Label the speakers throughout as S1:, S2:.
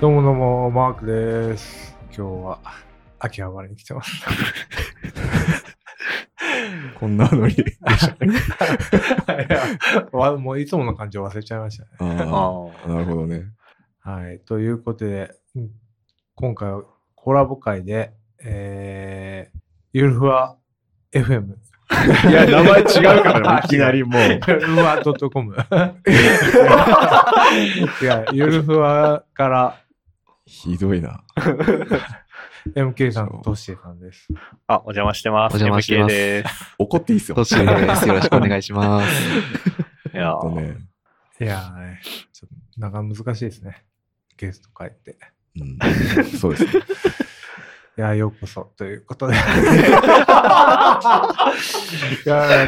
S1: どうもどうも、マークです。今日は秋葉原に来てます。
S2: こんなノ リ。
S1: いやわもういつもの感じを忘れちゃいましたね。
S2: ああ、なるほどね。
S1: はい。ということで、うん今回はコラボ会で、えー、ゆるふわ FM。
S2: いや、名前違うから ね、いきなりもう。
S1: ゆるふわ .com。いや、ゆるふわから
S2: ひどいな。
S1: MK さんとトッシーさんです。
S3: あ、お邪魔してます。
S4: お邪魔してます
S3: MK で
S2: 怒っていいっすよ。
S4: トシです。よろしくお願いします。
S3: す。いや
S2: ほんとね。
S1: いやーね、ちょっと、なかなか難しいですね。ゲスト会って。
S2: うん、そうですね。
S1: いや、ようこそ、という ことで。いや、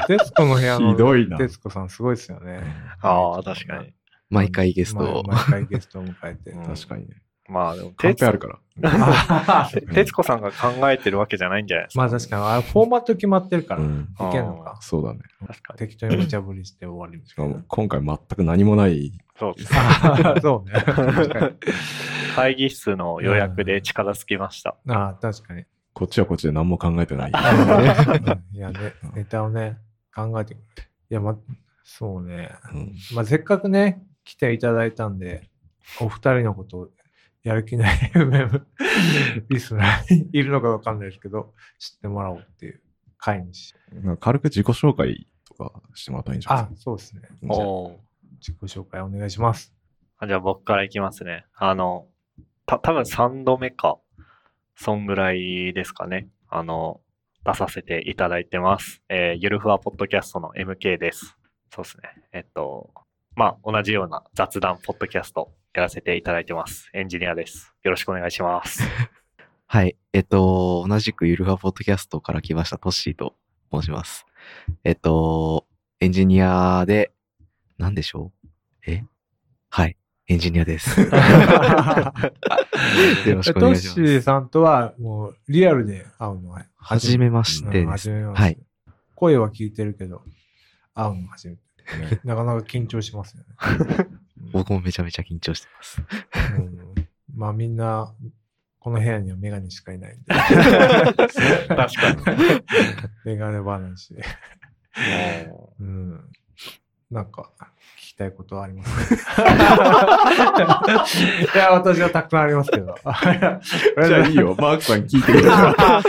S1: 徹子の部屋
S2: ひどいな
S1: の徹子さんすごいですよね。
S3: ああ、確かに。
S4: 毎回ゲストを。
S1: ま毎回ゲストを迎えて。
S3: うん
S2: 確かにね。
S3: まあでも、
S2: カン
S3: 徹
S2: ペあるから。
S1: あー
S3: 徹子さんが考えてるわけじゃないんじゃないですか。
S1: まあ確かに、あれフォーマット決まってるから、
S2: う
S1: い
S2: ん。
S1: けんのか。
S2: そうだね。
S3: 確かに。
S1: 適当に無茶ぶりして終わりにし
S2: しかも、今回全く何もない。
S3: そうです。
S1: あーそうね。確かに。
S3: 会議室の予約で力尽きました。
S1: あー確かに。
S2: こっちはこっちで何も考えてない。
S1: うんいや、ね、ネタをね、考えてくれいや、ま、そうね。
S2: うん
S1: まあ、せっかくね、来ていただいたんで、お二人のことをやる気ない MM リスナーにいるのかわかんないですけど、知ってもらおうっていう会にし。
S2: なんか軽く自己紹介とかしてもらったらいいんじゃない
S1: あ
S2: で、
S1: そうですね。
S2: すか。
S3: おー
S1: 自己紹介お願いします。
S3: あじゃあ僕からいきますね。あの、た多分3度目か、そんぐらいですかね。あの、出させていただいてます。えーゆるふわポッドキャストの MK です。そうですね。えっと、まあ、同じような雑談ポッドキャストやらせていただいてます。エンジニアです。よろしくお願いし ます。
S4: はい。えっと、同じくゆるふわポッドキャストから来ましたトッシーと申します。えっと、エンジニアで、なんでしょうえはい。エンジニ アです。よろしくお
S1: ト
S4: 願
S1: ッ
S4: いし
S1: シ
S4: ま
S1: ー
S4: す。
S1: さんとは、もう、リアルで会うのは
S4: はじめましてです。
S1: 初めまして。
S4: はい。
S1: 声は聞いてるけど、会うの初めて。なかなか緊張しますよね。
S4: 僕もめちゃめちゃ緊張してます。
S1: うんまあみんな、この部屋にはメガネしかい ないんで。
S3: 確かに。
S1: メガネ話。
S3: もう
S1: うん。なんか、聞きたいことはあります いや、私はたくさんありますけど。
S2: じゃあいいよ。マークさん聞いてくれたたく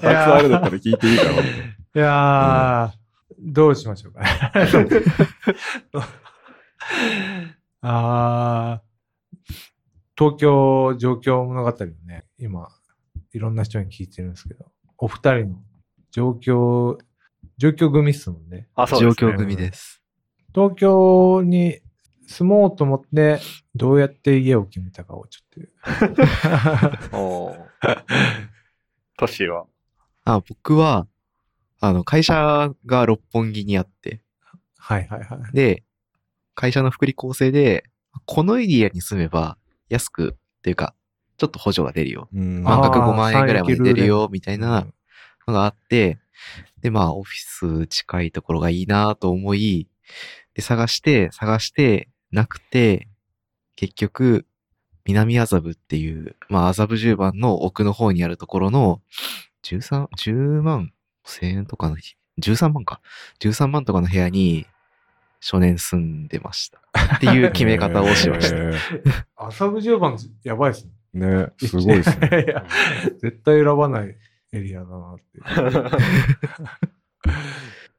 S2: さんあるだったら聞いていいから。
S1: いやー、どうしましょうかね。 あー、東京状況物語をね、今、いろんな人に聞いてるんですけど、お二人の状況、状況組っすもんね。
S3: あ、そう
S4: 状
S3: ですね。
S4: 況組です。
S1: 東京に住もうと思って、どうやって家を決めたかをちょっ
S3: お ートシ は。
S4: あ、僕は、あの、会社が六本木にあって、
S1: と。はいはいはい。
S4: で、会社の福利厚生で、このエリアに住めば安くっていうか、ちょっと補助が出るよ。
S2: うん
S1: あ
S4: 満
S1: ー
S4: 額5万円ぐらいまで出るよ、みたい
S1: うん
S4: なのがあって、で、まあ、オフィス近いところがいいなと思い、で、探して、探して、なくて、結局、南麻布っていう、まあ、麻布十番の奥の方にあるところの、13、10万1000円とかの、13万か。13万とかの部屋に、初年住んでました。っていう決め方をし ました。
S2: へ
S1: 麻布十番、やばいっすね。
S2: ーねすごいです ね。
S1: いや絶対選ばないエリアだなっていう。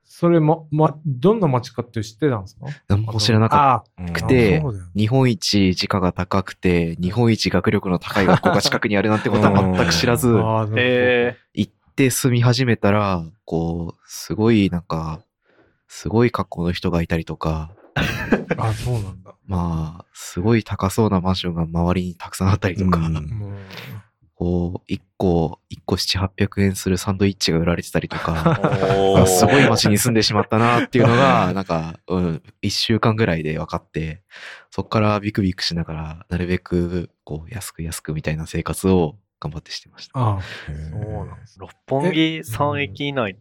S1: それも、ま、どんな街かって知ってたんですか
S4: 何も知らなかっ
S2: うん
S4: くて
S1: あそうだよね
S4: 日本一時価が高くて、日本一学力の高い学校が近くにあるなんてことは全く知らず、
S1: あーなる
S3: え
S4: 行って住み始めたら、こう、すごいなんか、すごい格好の人がいたりとか、
S1: ほどあ、そうなんだ。
S4: まあ、すごい高そうなマンションが周りにたくさんあったりとか、
S2: うん
S1: もう
S4: こう、一個、一個7、800円するサンドイッチが売られてたりとか、
S3: ー、お
S4: あ
S3: ー
S4: すごい街に住んでしまったなっていうのが、 なんか、うん、一週間ぐらいで分かって、そこからビクビクしながら、なるべく、こう、安く安くみたいな生活を頑張ってしてました。
S1: あ
S2: へ
S1: ー
S2: ー
S1: そうなんです。
S3: 六本木3駅以内っ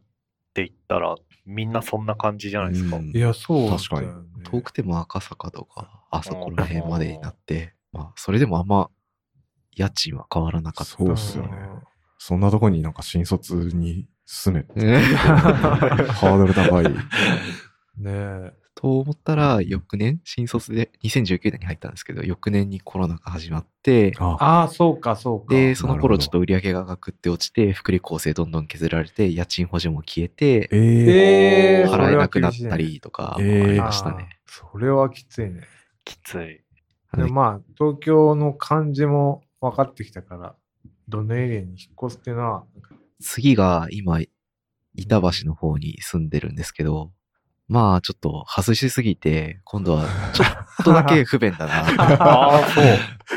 S3: て言ったら、みんなそんな感じじゃないですか。
S2: うん
S1: いや、そうだよね
S2: 確かに
S4: 遠くても赤坂とか、あそこら辺までになって、まあ、それでもあんま家賃は変わらなかっ
S2: そうっすよね。そんなとこになんか新卒に住めって
S4: た。ね
S2: ハードル高い。
S1: ねえ。
S4: と思ったら、翌年、新卒で2019年に入ったんですけど、翌年にコロナが始まって、
S2: あ
S1: ああ、そうか、そうか。
S4: で、その
S2: なるほ
S4: 頃
S2: ど
S4: ちょっと売り上げがガクって落ちて、福利厚生どんどん削られて、家賃補助も消えて、
S2: ええ
S1: えー、
S4: 払えなくなったりとかもありましたね。
S1: それはきついね。
S3: きつい。
S1: で
S4: は
S1: も
S4: い
S1: まあ、東京の感じも分かってきたから、どのエリアに引っ越すっていうのは、
S4: 次が今、板橋の方に住んでるんですけど、まあちょっと外しすぎて、今度はちょっとだけ不便だ な。
S3: ああ、そう。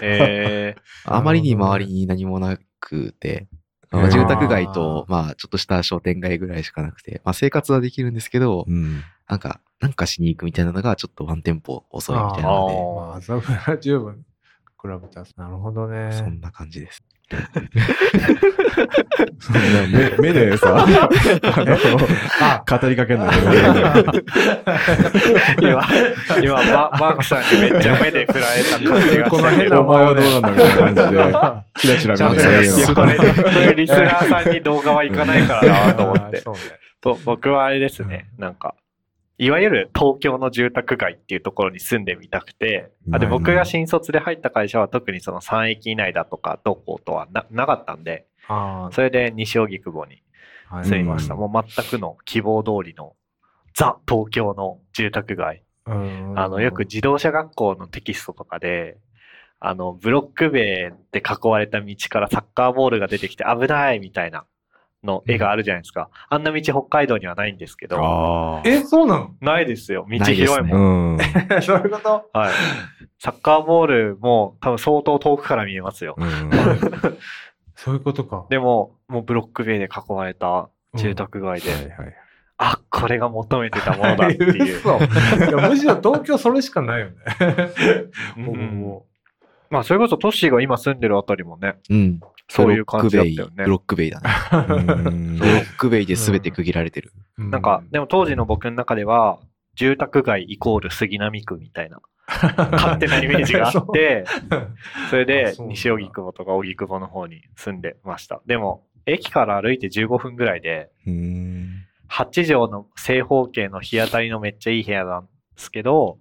S3: え
S4: あまりに周りに何もなくて、
S2: うん
S4: まあ住宅街と、まあちょっとした商店街ぐらいしかなくて、まあ生活はできるんですけど、
S2: うん。
S4: なんか、なんかしに行くみたいなのがちょっとワンテンポ遅いみたいな
S3: あ
S4: の
S1: ま
S3: ー
S1: あ、麻布は十分比べたら、なるほど
S4: で、そ
S1: ね。
S4: んな感じです。
S2: そんな目目でさ、あ
S1: あ
S2: の語りかけんの
S3: ー、今、今マ、マークさんにめっちゃ目で振られた感じが
S1: こ
S3: し
S1: の
S3: たけ
S1: 変
S2: お
S1: な
S3: ど。
S2: 前はどうなんだみたいな感じで、キラキラ見て
S1: 前
S2: る
S1: はど
S3: やっ
S1: う
S3: ぱ
S1: な
S2: の。
S1: んだ
S3: ね、こういうリスナーさんに動画はいかないからなと思 って。
S1: そうね。
S3: ぼ僕はあれですね、なんか、いわゆる東京の住宅街っていうところに住んでみたくて、あで
S2: うんうん
S3: 僕が新卒で入った会社は特にその3駅以内だとかどうこうとはななかったんで、
S1: あ
S3: それで西荻窪に
S1: あ、は
S3: 住みました。
S2: うん
S3: もう全くの希望通りのザ東京の住宅街。
S1: うん
S3: あの、よく自動車学校のテキストとかで、あの、ブロック塀で囲われた道からサッカーボールが出てきて危ないみたいなの絵があるじゃないですか。あんな道北海道にはないんですけど、
S2: ああ。
S1: え、そうなの
S3: ないですよ。道
S4: ないですね
S3: 広いもん。
S2: うん。
S1: そういうこと
S3: はい。サッカーボールも多分相当遠くから見えますよ。
S2: うん
S1: そういうことか。
S3: でも、もうブロック塀で囲まれた住宅街で、
S2: はいはい。
S3: あ、これが求めてたものだってい う。
S1: 嘘いやむしろ東京それしかないよね。
S3: うん
S1: 僕も
S3: まあ、それこそトッシーが今住んでるあたりもね、
S4: うん。
S3: そういう感じだったよね
S4: ブロックベイブロックベイだ
S2: う
S4: ね。
S2: ん
S4: ブロックベイで全て区切られ てる。
S1: う
S3: なんか、でも当時の僕の中では、住宅街イコール杉並区みたいな、勝手なイメージがあって、 それ
S1: あ
S3: で
S1: そうなんだ
S3: 西荻窪とか荻窪の方に住んでました。でも、駅から歩いて15分ぐらいで、
S2: うん
S3: 8畳の正方形の日当たりのめっちゃいい部屋なんですけど、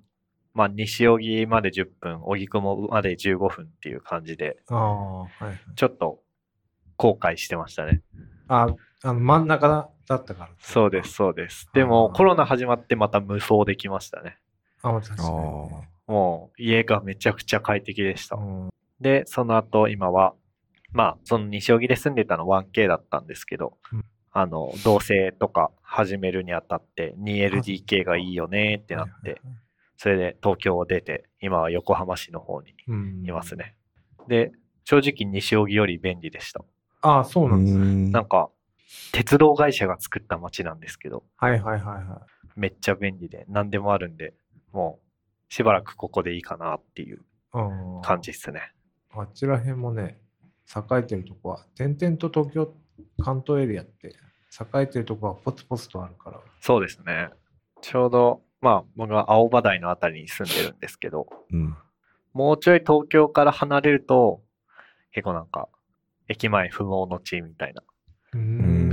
S3: まあ、西荻まで10分、荻窪まで15分っていう感じで、
S1: ああ、はいはい。
S3: ちょっと後悔してましたね。
S1: あ、あの真ん中だだったから。
S3: そうで。す、そうです。でも、
S1: あー
S3: コロナ始まってまた無双できましたね。
S1: あ、確か
S2: あ
S1: に。
S3: もう、家がめちゃくちゃ快適でした
S1: う。ん
S3: で、その後、今は、まあ、その西荻で住んでたの 1K だったんですけど、
S1: うん
S3: あの、同棲とか始めるにあたって、2LDK がいいよねってなって、。それで東京を出て、今は横浜市の方に
S1: うん
S3: います。ね。で、正直西荻より便利でした。
S1: ああ、そう
S2: あ。
S1: なんですね。
S3: なんか、鉄道会社が作った街なんですけど、
S1: はいはいはいは
S3: めっちゃ便利で、何でもあるんで、もう、しばらくここでいいかなっていう
S1: い。うん
S3: 感じですね。
S1: あっちら辺もね、栄えてるとこは、点々と東京、関東エリアって、栄えてるとこはポツポツとあるから。
S3: そうですね。ちょうど、まあ、僕は青葉台のあたりに住んでるんですけど、
S2: うん
S3: もうちょい東京から離れると、結構なんか、駅前不毛の地みたいな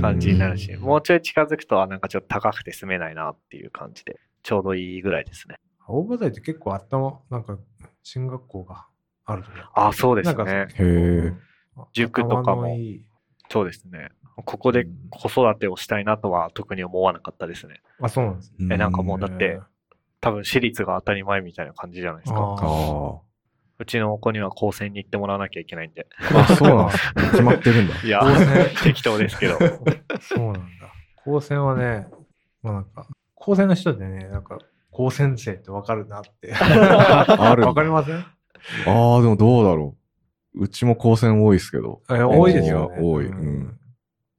S3: 感じになるし、
S1: うん
S3: もうちょい近づくと、あなんかちょっと高くて住めないなっていう感じで、ちょうどいいぐらいですね。
S1: 青葉台って結構頭、なんか、進学校があるとか。
S3: あ、そうです
S1: なん
S3: ね
S1: か。
S2: へえ。
S3: 塾とかも
S1: 頭のいい
S3: そうですね。ここで子育てをしたいなとは特に思わなかったですね。
S1: あ、そうなんですね。
S3: えなんかもうだ
S2: あ
S3: って多分私立が当たり前みたいな感じじゃないです
S1: あ
S3: か。
S1: ー
S2: あ。
S3: うちの子には高専に行ってもらわなきゃいけないんで。
S2: あ、そうなんですね決まってるんだ。
S3: いや
S1: 高、専
S3: 適当ですけど。
S1: そうなんだ。高専はね、まあなんか、高専の人でね、なんか、高専生ってわかるなって。
S2: ある
S1: わかりません
S2: ああ、でもどうだろう。うちも高専多いですけど、
S1: え多いですよ、ね。
S2: 多いうん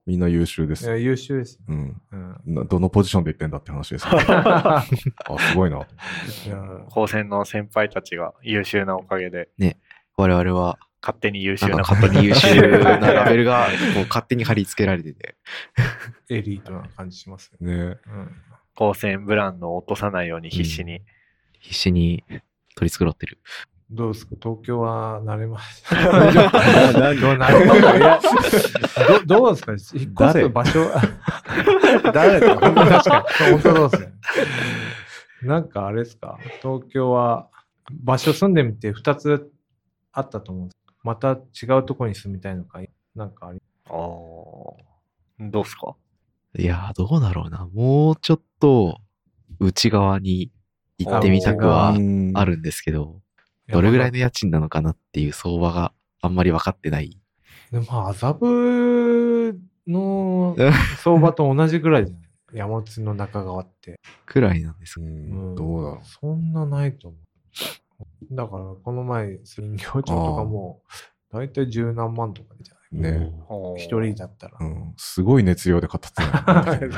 S2: みんな優秀で
S1: い
S2: す
S1: や。優秀です。
S2: うん。
S1: うん。
S2: などのポジションで言ってんだって話です けどあ、すごいな。
S1: いや
S3: 高専の先輩たちが優秀なおかげで、
S4: 我々は、
S3: 勝手に優
S4: な
S3: 秀
S4: んか
S3: な
S4: 勝手に優秀なラベルが、こう勝手に貼り付けられてて。
S1: エリートな感じしますよね。
S2: ね。
S1: うん
S3: 高専ブランドを落とさないように必死に。
S4: 必死に取り繕ってる。
S1: どうですか東京は慣れまし
S2: な
S1: どうなるいやどどうですか引っ越
S2: 誰
S1: す場所、
S2: 誰だ
S1: 本当確かに。本当そうですね。なんかあれですか東京は場所住んでみて2つあったと思うんですまた違うとこに住みたいのか、なんかあり
S3: あーどうっすか
S4: いやー、どうだろうな。もうちょっと内側に行ってみたくはあるんですけど、どれぐらいの
S1: ね。
S4: 家賃なのかなっていう相場があんまり分かってない。
S1: でもまあ、麻布の相場と同じぐらいじゃない山津の中川って。
S4: くらいなんです
S2: う
S4: が。
S2: んどうだろう
S1: そんなないと思う。だから、この前、林業町とかも、だいたい十何万とかじゃない
S2: ね
S3: おー
S1: 一人だったら
S2: う。ん、すごい熱量で語ってた よ
S1: い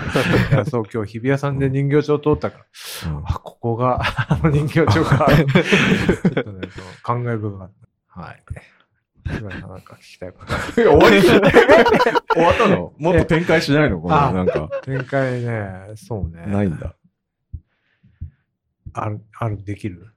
S1: やそう、今日日比谷さんで人形町通った から、
S2: うん
S1: あ、ここが、 あの人形町か。ちょっとね、そう感慨深かった。はい。今なんか聞きたいこと。
S2: 終わり終わったの もっと展開しないのこの
S1: あ
S2: なんか、
S1: 展開ね、そうね。
S2: ないんだ。
S1: ある、ある、でき る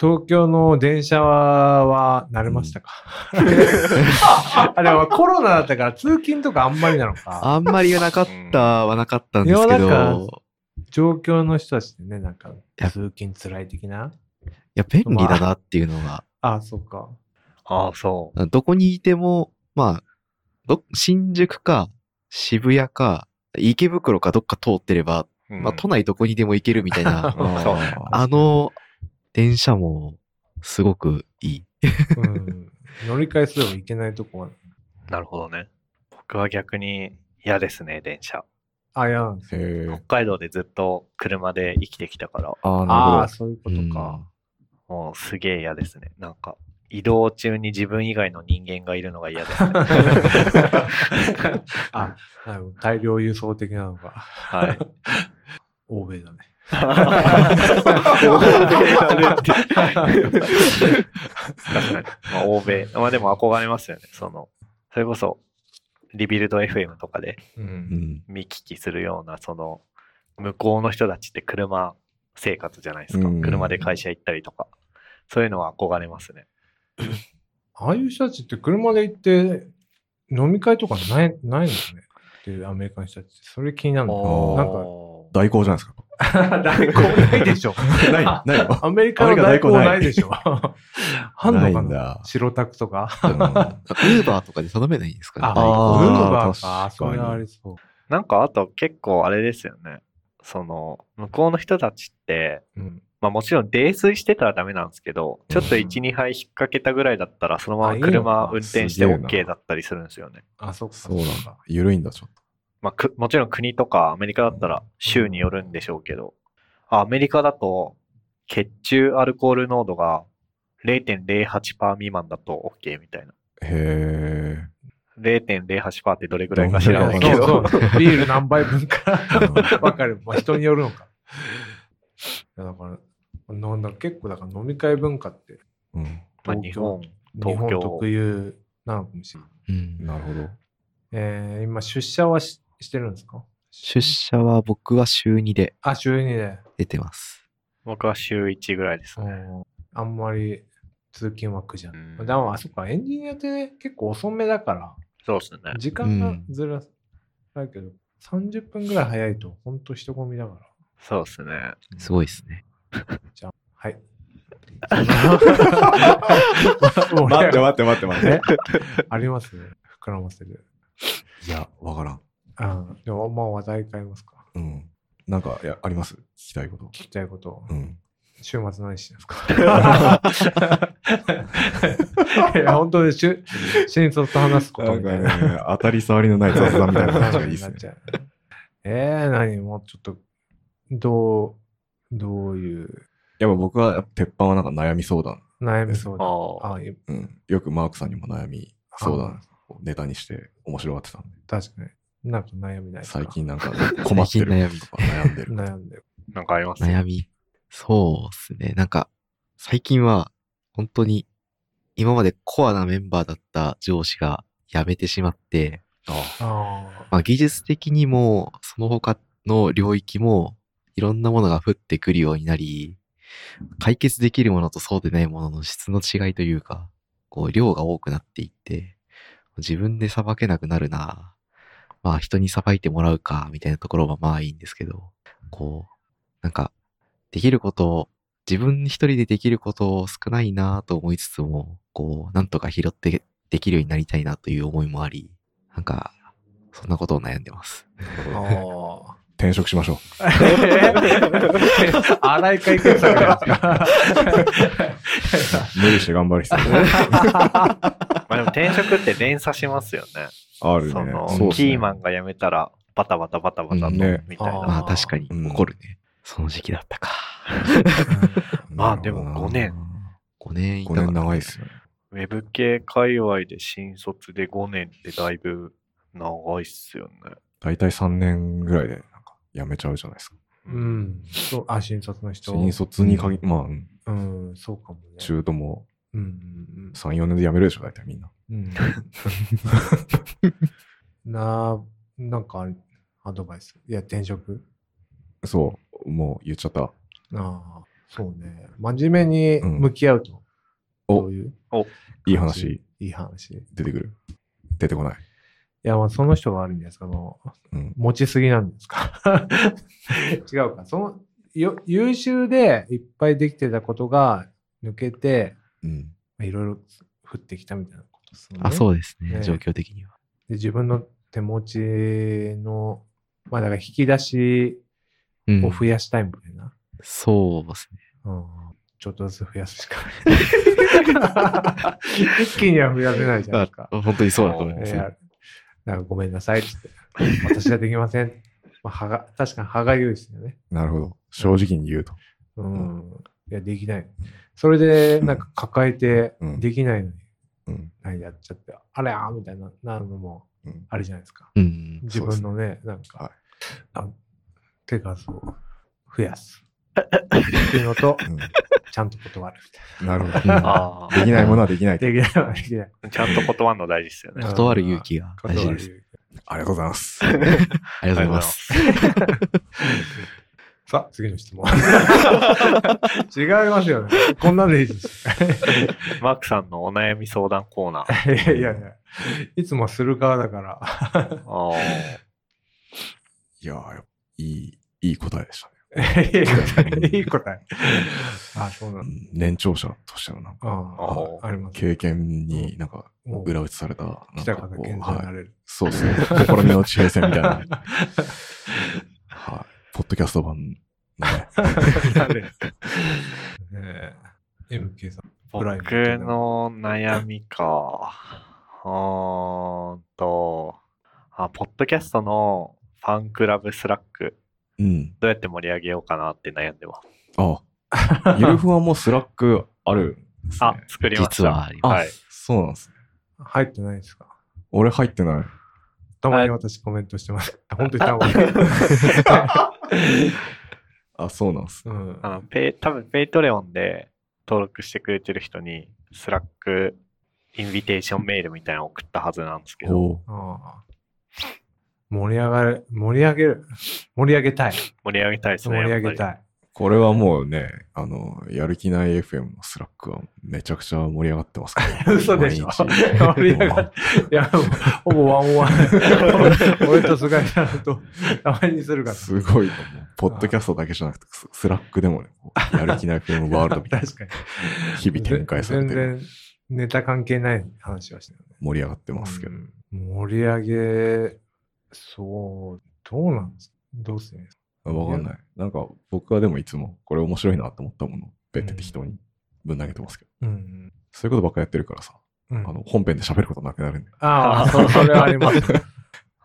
S1: 東京の電車は慣れましたか、 あ、でもコロナだったから通勤とかあんまりなのか。
S4: あんまりなかったはなかったんです
S1: いや
S4: け
S1: なん
S4: ど、
S1: 状況の人たちでね、なんか
S4: や
S1: 通勤つらい的な。
S4: いや、便利だなっていうのが、
S1: あ、そっか。
S3: ああ、そ
S4: どこにいても、まあ、ど、新宿か、渋谷か、池袋かどっか通ってれば、
S3: う。
S4: まあ、都内どこにでも行けるみたいな、
S3: そう
S4: あの、電車も、すごくいい。
S1: うん。乗り換えすればいけないとこは。
S3: なるほどね。僕は逆に嫌ですね、電車。
S1: あ、いやなんです。
S2: へ
S3: 北
S2: え
S3: 海道でずっと車で生きてきたから、
S2: ああ、
S1: あ
S2: な
S1: あ、
S2: る
S1: そういうことか。
S3: もうすげえ嫌ですね。なんか、移動中に自分以外の人間がいるのが 嫌ですね。
S1: あ、なるほど大量輸送的なのが
S3: はい。
S1: 欧米だね。
S3: 確かに。まあ、欧米。まあでも憧れますよね。その、それこそ、リビルド FM とかで
S1: う。
S2: ほど。うんん。
S3: 見聞きするような、その、向こうの人たちって車生活じゃないですか
S2: うん。
S3: 車で会社行ったりとか。そういうのは憧れますね。
S1: ああいう人たちって車で行って飲み会とかない、ないのね。っていうアメリカの人たち。それ気になるの
S2: おー
S1: なんか、
S2: 代行じゃないですか。
S1: 大根 ないでしょ。
S2: ない、ないの
S1: アメリカの大根ないでしょ。 ハンド
S2: な
S1: か
S2: いん
S1: な
S2: だ
S1: 白タクとか。
S2: うん
S4: ウーバーとかで頼めないんですかね。
S1: あ、ウ
S2: あー
S1: ーバーか。
S2: 確か
S1: そ
S2: に
S1: れはありそう。
S3: なんかあと結構あれですよね。その、向こうの人たちって、
S1: うん。
S3: まあもちろん泥酔してたらダメなんですけど、ちょっと1、2杯引っ掛けたぐらいだったら、そのま
S1: あい
S3: ま
S1: いのか
S3: 車運転して
S2: すげえな
S3: OK だったりするんですよね。
S1: あ、そっか。
S2: そうな
S1: そっ
S2: ん
S1: か
S2: だ。緩いんだ、ちょっ
S3: まあく、もちろん国とかアメリカだったら州によるんでしょうけど、あアメリカだと血中アルコール濃度が0.08%未満だと OK みたいな。
S2: と。へ
S3: 0.08%ってどれぐらいか知らない
S2: どん
S3: け
S2: ぐらい
S1: そ
S3: ど
S1: う。そうビール何杯分か
S2: え。うん
S1: 分かる。まあ、人によるのか。いやだから、なんだ結構だから飲み会文化って
S2: うん。
S3: まあ日本、
S1: 日
S3: 東
S1: 本
S3: 京
S1: 特有なのかもしれない。
S4: うん
S2: なるほど。
S1: えー、今、出社はししてるんですか
S4: 出社は僕は週2で
S1: あ、週2で。
S4: 出てます。
S3: 僕は週1ぐらいです
S1: う
S3: ね。
S1: んあんまり通勤枠じゃん。
S3: うん
S1: でも、あそっか、エンジニアってね、結構遅めだから、
S3: そうですね。
S1: 時間がずらす。だけど、30分ぐらい早いと、ほんと人混みだから。
S3: そうですね。
S4: すごいですね。
S1: はい。
S2: 待って待って待って待って。
S1: えあります膨らませる。
S2: いや、わからん。
S1: あでも、まあ、話題変えますか。
S2: うん。なんか、いや、あります聞きたいこと。
S1: 聞きたいこと。
S2: うん。
S1: 週末何してるんです かいや、本当に、しゅ新卒と話すこと
S2: なん
S1: み
S2: か
S1: たい
S2: ね
S1: な。、
S2: 当たり障りのない雑談みたいな 感じがいいですね。
S1: えー、何もうちょっと、どう、どういう
S2: やっぱ僕は、鉄板はなんか悩み相談。
S1: 悩み相談。
S3: ああ。
S1: あい
S2: うん。よくマークさんにも悩み相談をネタにして面白がってたんで。
S1: 確かに。なんか悩みないですか
S2: 最近なんか困ってることとか悩んでる。
S1: 悩んでる。
S3: なんかあります
S4: 悩み。そうですね。なんか、最近は、本当に、今までコアなメンバーだった上司が辞めてしまって、
S2: あ
S1: ああ。
S4: まあ、技術的にも、その他の領域もいろんなものが降ってくるようになり、解決できるものとそうでないものの質の違いというか、こう、量が多くなっていって、自分で裁けなくなるなまあ、人に裁いてもらうか、みたいなところはまあいいんですけど、こう、なんか、できることを、自分一人でできることを少ないなと思いつつも、こう、なんとか拾ってできるようになりたいなという思いもあり、なんか、そんなことを悩んでます。
S1: あ
S2: 転職しましょ
S1: あ。荒い解決策なんですか
S2: う。無理して頑張る必 要
S3: まあでも転職って連鎖しますよね。
S2: あるね。
S3: その
S2: そうっす
S3: キ
S2: ね
S3: ーマンが辞めたら、バタバタバタバタと、
S4: うん
S2: ね
S3: みたい
S1: あー
S3: な。
S4: まあ、確かに
S2: うん
S4: 怒るね。その時期だったか。
S3: まあでも五年。
S4: 5年いた
S2: 5
S4: から
S2: 年長いっすよね。
S3: ウェブ系界隈で新卒で5年ってだいぶ長いっすよね。
S2: 大体3年ぐらいで、なんか、辞めちゃうじゃないですか。
S1: うん。そう、あ、新卒の人。
S2: 新卒に限り、まあ、うん
S1: うん、そうかもね。
S2: 中途も
S1: うんうん
S2: 3、4年で辞めるでしょ、大体みんな。
S1: うん。 うん。な、なんかあれ、アドバイス。いや、転職
S2: そう、もう言っちゃった。
S1: ああ、そうね。真面目に向き合うと。
S2: お
S1: そういう。
S2: いい話
S1: いい話。い
S2: 出てくる。出てこない。
S1: や、まあ、その人があるんじゃないですか。あの、
S2: うん。
S1: 持ちすぎなんですか。 違うか。その、よ優秀でいっぱいできてたことが抜けて、
S2: うん。
S1: まあいろいろ降ってきたみたいなことですよね。
S4: あ、そうですね。
S1: ね
S4: 状況的には。
S1: で自分の手持ちの、まあだから引き出し
S4: うん
S1: を増やしたいみたいな。
S4: そうですね。
S1: うんちょっとずつ増やすしか ない。 一気には増やせないじゃないですか。
S4: あ本当にそうだと思い
S1: い
S4: ます。
S1: やなんかごめんなさいって言って、私はできません。 まあ、歯が確かに歯がゆいですよね。
S2: なるほど。正直に言うと。
S1: うん。いや、できない。それで、なんか抱えて
S2: う、ん
S1: できないのに、
S2: うん。
S1: 何やっちゃって、あれやーみたいな、なるのも
S2: うん、
S1: あるじゃないですか。
S4: うん。
S1: 自分のね、なん
S2: はい
S1: か、あ手数を増やす。っていうのと、ちゃんと断るみたい
S2: うんなるほど。
S4: うん
S3: あ
S2: できないものはできない。
S1: な。できないはできない。
S3: あ、ちゃんと断るの大事っすよね。
S4: 断る勇気が大事
S1: 断
S4: です。
S1: る。
S2: ありがとうございます。
S4: ありがとうございます。
S1: さあ、次の質問。 違いますよね。こんなんでいいです。
S3: マークさんのお悩み相談コー ナー。
S1: いやいやいや、いつもする側だ から。
S3: あー
S2: いやー、いい、いい答えでしたね。
S1: いい答え。いい答え。あ、そうな
S2: うん
S1: だ。
S2: ん年長者としてのなんか、
S1: あ
S3: あ
S1: あ、あります。
S2: 経験になんか
S1: もう、
S2: 裏打ちされた、なん
S1: 来た
S2: か
S1: 方
S2: こ
S1: 健
S2: う、
S1: 在にな
S2: はい。
S1: れる。
S2: そうですね。試みの地平線 みたいな。はい。ポッドキャスト版のね。
S1: 誰ねえ MK さん。プ
S3: 僕
S1: ライベートで
S3: の悩みか。うーんとあ、ポッドキャストのファンクラブスラック、
S2: うん。
S3: どうやって盛り上げようかなって悩んでます。
S2: ああ、ゆるふわもスラックあるんですね
S3: あ、作りました。
S4: 実はあります
S3: はい。
S2: そうなんですね。
S1: 入ってないですか
S2: 俺入ってない。
S1: たまに私コメントしてます。本当にたまに。
S2: あ、そうなんです。
S1: うん
S3: あのペイ多分ペイトレオンで登録してくれてる人に、スラックインビテーションメールみたいなの送ったはずなんですけど、
S2: おう
S1: ああ盛り上がる、盛り上げる、盛り上げたい。
S3: 盛り上げたいですね。
S1: 盛り上げ
S3: い。
S1: たい。
S2: これはもうね、あの、やる気ない FM のスラックはめちゃくちゃ盛り上がってますから、
S1: 嘘でしょ
S2: 毎日
S1: 盛り上がっいや、もうほぼワンオンワン。俺と菅井さんと、たまにするから。
S2: すごいと思う。ポッドキャストだけじゃなくて、ススラックでもね、こ うやる気ない FM ワールドみたい
S1: 確かに。
S2: な、日々展開されて
S1: 全
S2: る
S1: 然、ネタ関係ない話はしてるよね。
S2: 盛り上がってますけど
S1: う。ん盛り上げ、そう、どうなんですかどうするんですか
S2: あわかんない。なんか、僕はでもいつも、これ面白いなと思ったものを、べって適当にぶん投げてますけど、
S1: うん。
S2: そういうことばっかやってるからさ、
S1: うん
S2: あの、本編で喋ることなくなるんで。
S1: ああ、そそれはあります。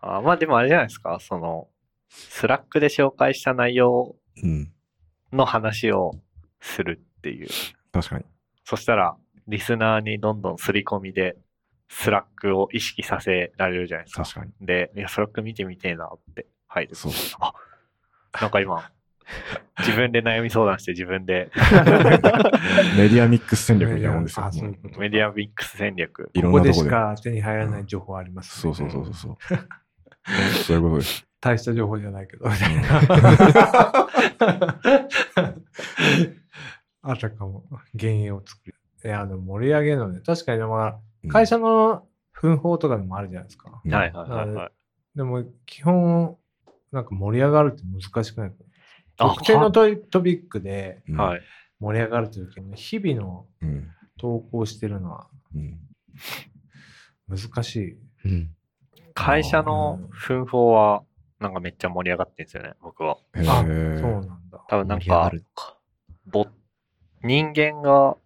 S3: あまあでもあれじゃないですか、その、スラックで紹介した内容
S2: うん。
S3: の話をするっていう。
S2: 確かに。
S3: そしたら、リスナーにどんどん刷り込みで、スラックを意識させられるじゃないですか。
S2: 確かに。
S3: で、いや、スラック見てみてえなって入る。
S2: そう。
S3: あ、なんか今、自分で悩み相談して自分で
S2: メディアミックス戦略みたいなもんですよ。
S1: あそう
S2: も
S1: いううこと
S3: メディアミックス戦略。
S2: いろ
S1: こ
S2: んな
S1: ことで
S2: こ
S1: し
S2: で。
S1: か手に入らない情報あります
S2: そ
S1: ね、
S2: うそうそうそうそう。そういうことです。
S1: 大した情報じゃないけど、みたいな。あたかも、幻影を作る。いや、でも盛り上げるのね。確かに、まあ、会社の奮法とかでもあるじゃないですか。
S2: うん
S3: はいはいはいはい。
S1: でも、基本、なんか盛り上がるって難しくない
S3: あ
S1: 特定のトイトピックで
S2: うん
S3: はい。
S1: 盛り上がるというけど、日々の
S2: うん
S1: 投稿してるのは
S2: うん
S1: 難しい。
S4: うん。
S3: 会社の奮法は、なんかめっちゃ盛り上がってるんですよね、僕は。
S2: へー
S1: あ、そうなんだ。
S3: 多分なん
S4: 盛り上が
S3: か、
S4: るのか。
S3: ぼ人間が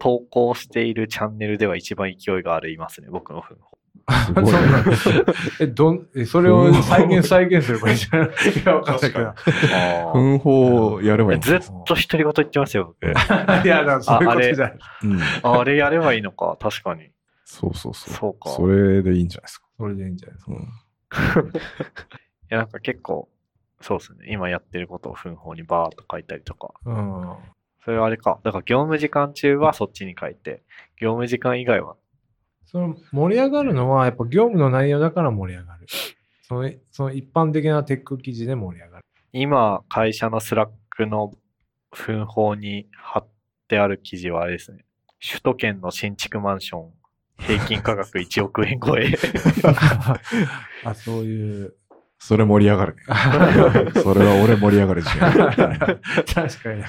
S3: 投稿しているチャンネルでは一番勢いがありますね、僕の奮法。
S2: すごいね
S1: そうなんだえ、どん、えそれを再現、再現すればいいじゃないい や、わかんないけど。
S2: 奮法をやればいいんです
S3: ず
S2: よ
S3: っと独り言言ってますよ、僕。
S1: いや、だからそういう
S3: ああ
S1: こ
S3: れ
S1: とじゃない。
S2: うん
S3: あれやればいいのか、確かに。
S2: そうそうそう。
S3: そうか
S2: それでいいんじゃないですか。
S1: それでいいんじゃないですか。
S2: うん
S3: いや、なんか結構、そうですね。今やってることを奮法にバーっと書いたりとか。
S1: うん。
S3: それはあれか。だから業務時間中はそっちに書いて、業務時間以外は。
S1: その盛り上がるのは、やっぱ業務の内容だから盛り上がる。その、その一般的なテック記事で盛り上 がる。
S3: 今、会社のスラックの奮法に貼ってある記事はあれですね。首都圏の新築マンション、平均価格1億円超え。
S1: あ、そういう。
S2: それ盛り 上がるね。それは俺盛り上がるじゃん。
S1: 確 かに。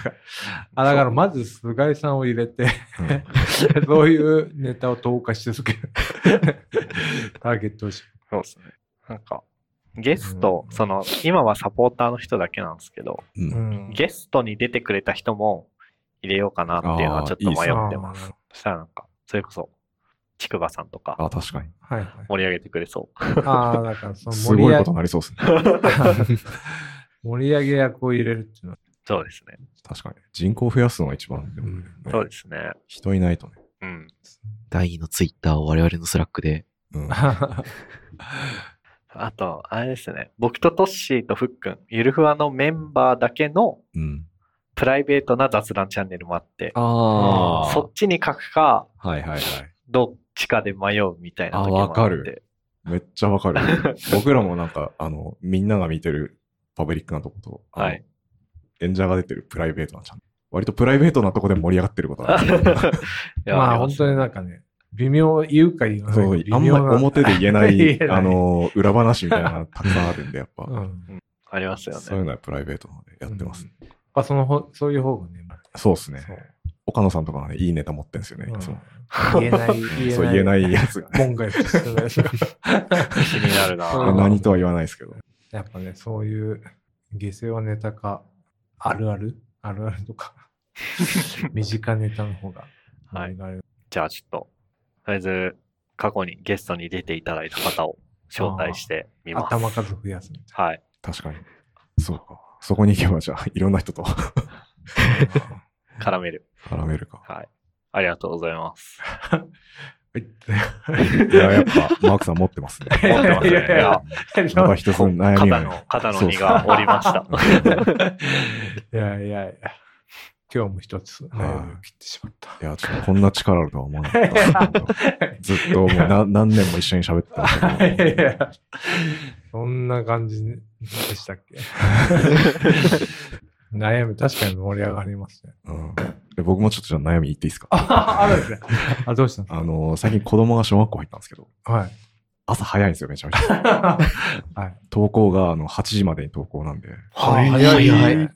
S1: あ、だからまず菅井さんを入れ て、そういうネタを投下し続ける。ターゲットをし。
S3: そうですね。なんか、ゲスト、その、今はサポーターの人だけなんですけど、
S2: うん
S1: ん
S3: ゲストに出てくれた人も入れようかなっていうのはちょっと迷
S2: ト
S3: ってます。
S1: す。
S3: そしたらなんか、それこそ、ちくばさんとか
S2: あ、確かに。
S1: はい はい。
S3: 盛り上げてくれ そう。
S1: ああ、だからその
S2: す
S1: 盛り
S2: ごい
S1: 上
S2: こ
S1: げ
S2: と、になりそうですね。
S1: 盛り上げ役を入れるっていうのは、
S3: そうですね。
S2: 確かに。人口増やすのが一番、でもね
S3: そうですね。
S2: 人いないとね。
S3: うん。
S4: 第2のツイッターを我々のスラックで。
S2: うん、
S3: あと、あれですね。僕とトッシーとフックン、ゆるふわのメンバーだけの
S2: うん。
S3: プライベートな雑談チャンネルもあって、
S1: あ
S3: そっちに書くか、
S2: はいはいはい。
S3: どっちかで迷うみたいな時もあ
S2: あ
S3: って。
S2: わかる。めっちゃ わかる。僕らもなんか、あの、みんなが見てるパブリックなとこと、あの
S3: はい。
S2: 演者が出てるプライベートなチャンネル。割とプライベートなとこで盛り上がってることがある。
S3: いや
S1: まあ
S3: り
S1: 本
S3: す
S1: 当になんかね、微妙、言うか言わ
S2: そ
S1: な
S2: う
S1: い、か。
S2: あん
S1: 微
S2: ま
S1: 妙
S2: り
S1: な
S2: 表で言えな
S1: 言
S2: い、
S1: えない
S2: あの、裏話みたいなのがたくさんあるんで、やっぱ。
S1: うん。
S3: ありますよ
S2: そういう
S3: ね。
S2: のはプライベートなのでやってます。
S1: うん。やっぱそのほ、そういう方がね、まあ
S2: そうですね。
S1: そう
S2: 岡野さんとかがね、いいネタ持ってんですよね、いつも。
S1: うん言え ない、言えない。
S2: そう言えないやつがね。
S1: 門外不出のやつが
S3: 気になるな
S1: そう
S2: あ
S1: ん
S2: 何とは言わないですけど。
S1: やっぱね、そういう、下世話ネタか、あるあるあるあると か、身近ネタの方が、
S3: は
S1: 盛り
S3: い
S1: 上がる
S3: じゃあちょっと、とりあえず過去にゲストに出ていただいた方を招待してみます。
S1: 頭数増やすみ
S3: はい。
S2: 確かに。そうか。そこに行けば、じゃあ、いろん な人と
S1: たいな。
S3: 絡める。
S2: 絡めるか。
S3: はい。ありがとうございます。
S2: いや、やっぱ、マークさん持ってますね。
S1: い
S3: 持
S1: や
S3: ってますね。
S1: い
S3: い
S1: やいや
S3: や
S2: また一つ悩みがね。
S3: 肩の、肩の荷が下りま した。
S1: いやいやいや。今日も一つ悩みを切ってしまっ
S2: いや、ちょっとこんな力あるとは思わなかっ たですけど。ずっともうな何年も一緒に喋ってたんですけ
S1: た。いやい
S2: ど。
S1: やそんな感じでしたっけ悩み、確かに盛り上がりますね。
S2: うんで僕もちょっとじゃあ悩み言っていいですか
S1: あ、あるんですね。あ、どうしたんで
S2: あの、最近子供が小学校入ったんですけど、
S1: すかはい。
S2: 朝早いんですよ、めちゃめちゃ。
S1: はい。
S2: 登校があの8時までに登校なんで、
S4: はい
S1: 早い
S4: 早
S1: い
S4: い。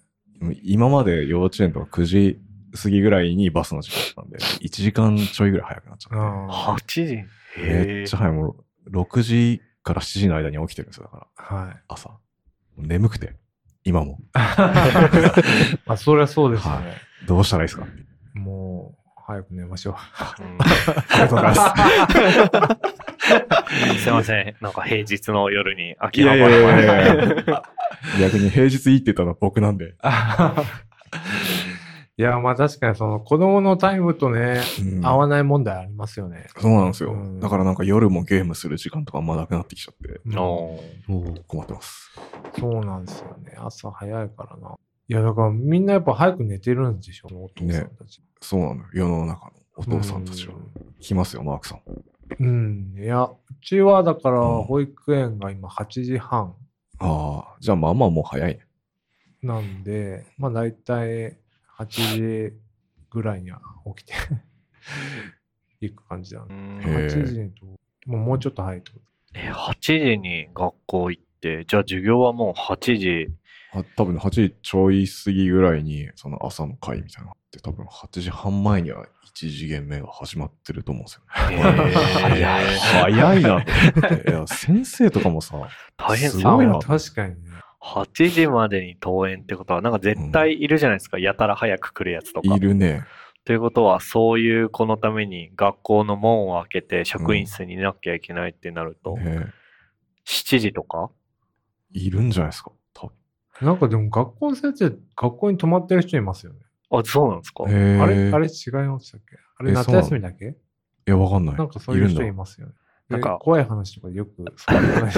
S2: 今まで幼稚園とか9時過ぎぐらいにバスの時間だったんで、1時間ちょいぐらい早くなっちゃっ
S1: は
S3: 8時
S2: て、めっちゃ早い、もう6時から7時の間に起きてるんですよ、だから、
S1: はい。
S2: 朝。眠くて、今も、
S1: まあ、そりゃそうですね。
S2: はどうしたらいいですかって
S1: もう、早く寝ましょう。
S2: ありがとうございます。
S3: すいません。なんか平日の夜 に
S2: い
S3: 秋葉
S2: やいやい
S3: 原ま
S2: やいや
S3: で。
S2: いや逆に平日いいって言ったのは僕なんで。
S1: いや、まあ確かにその子供のタイムとね、
S2: うん
S1: 合わない問題ありますよね。
S2: そうなんですよ、
S1: うん
S2: だからなんか夜もゲームする時間とかあんまなくなってきちゃって
S1: うん
S3: お
S4: おー
S2: 困ってます。
S1: そうなんですよね。朝早いからな。いや、だからみんなやっぱ早く寝てるんでしょ、お父さんたち。
S2: そうなのよ世の中のお父さんたちは。来ますよ、マークさん。
S1: うん。うんいや、うちはだから
S2: うん
S1: 保育園が今8時半
S2: ああ、じゃあまあまあもう早いね。
S1: なんで、まあ大体8時ぐらいには起きて 行く感じだ
S3: う
S1: ね。
S2: へ
S3: ん
S2: え
S1: 8時にと、もうもうちょっと早いってこ
S3: え8時に学校行って、じゃあ授業はもう8時。
S2: あ多分8時ちょい過ぎぐらいに、その朝の会みたいなのがあって、多分8時半前には1次元目が始まってると思うんですよね。
S3: え
S2: いや早いなと思って。いや、先生とか もさ、
S3: 大変
S2: す
S1: と。
S2: ごい
S3: さ。
S2: な
S1: あ確かにね。
S3: 8時までに登園ってことは、なんか絶対いるじゃないですか。やたら早く来るやつとか。
S2: いるね。
S3: ということは、そういう子のために学校の門を開けて職員室にいなきゃいけないってなると、
S2: ね
S3: 7時とか
S2: いるんじゃないですか。多
S1: なんかでも学校の先生、学校に泊まってる人いますよね。
S3: あ、そうなんですか
S2: 分。へえ
S1: あれ、あれ違いましたっけあれ
S2: え
S1: 夏休みだけ
S2: いや、わかんない。
S1: なんかそういう人
S2: る
S1: い
S2: んだ。
S1: ますよね。
S3: な
S1: なんん
S3: か
S1: か怖い話とかでよく、そういう話。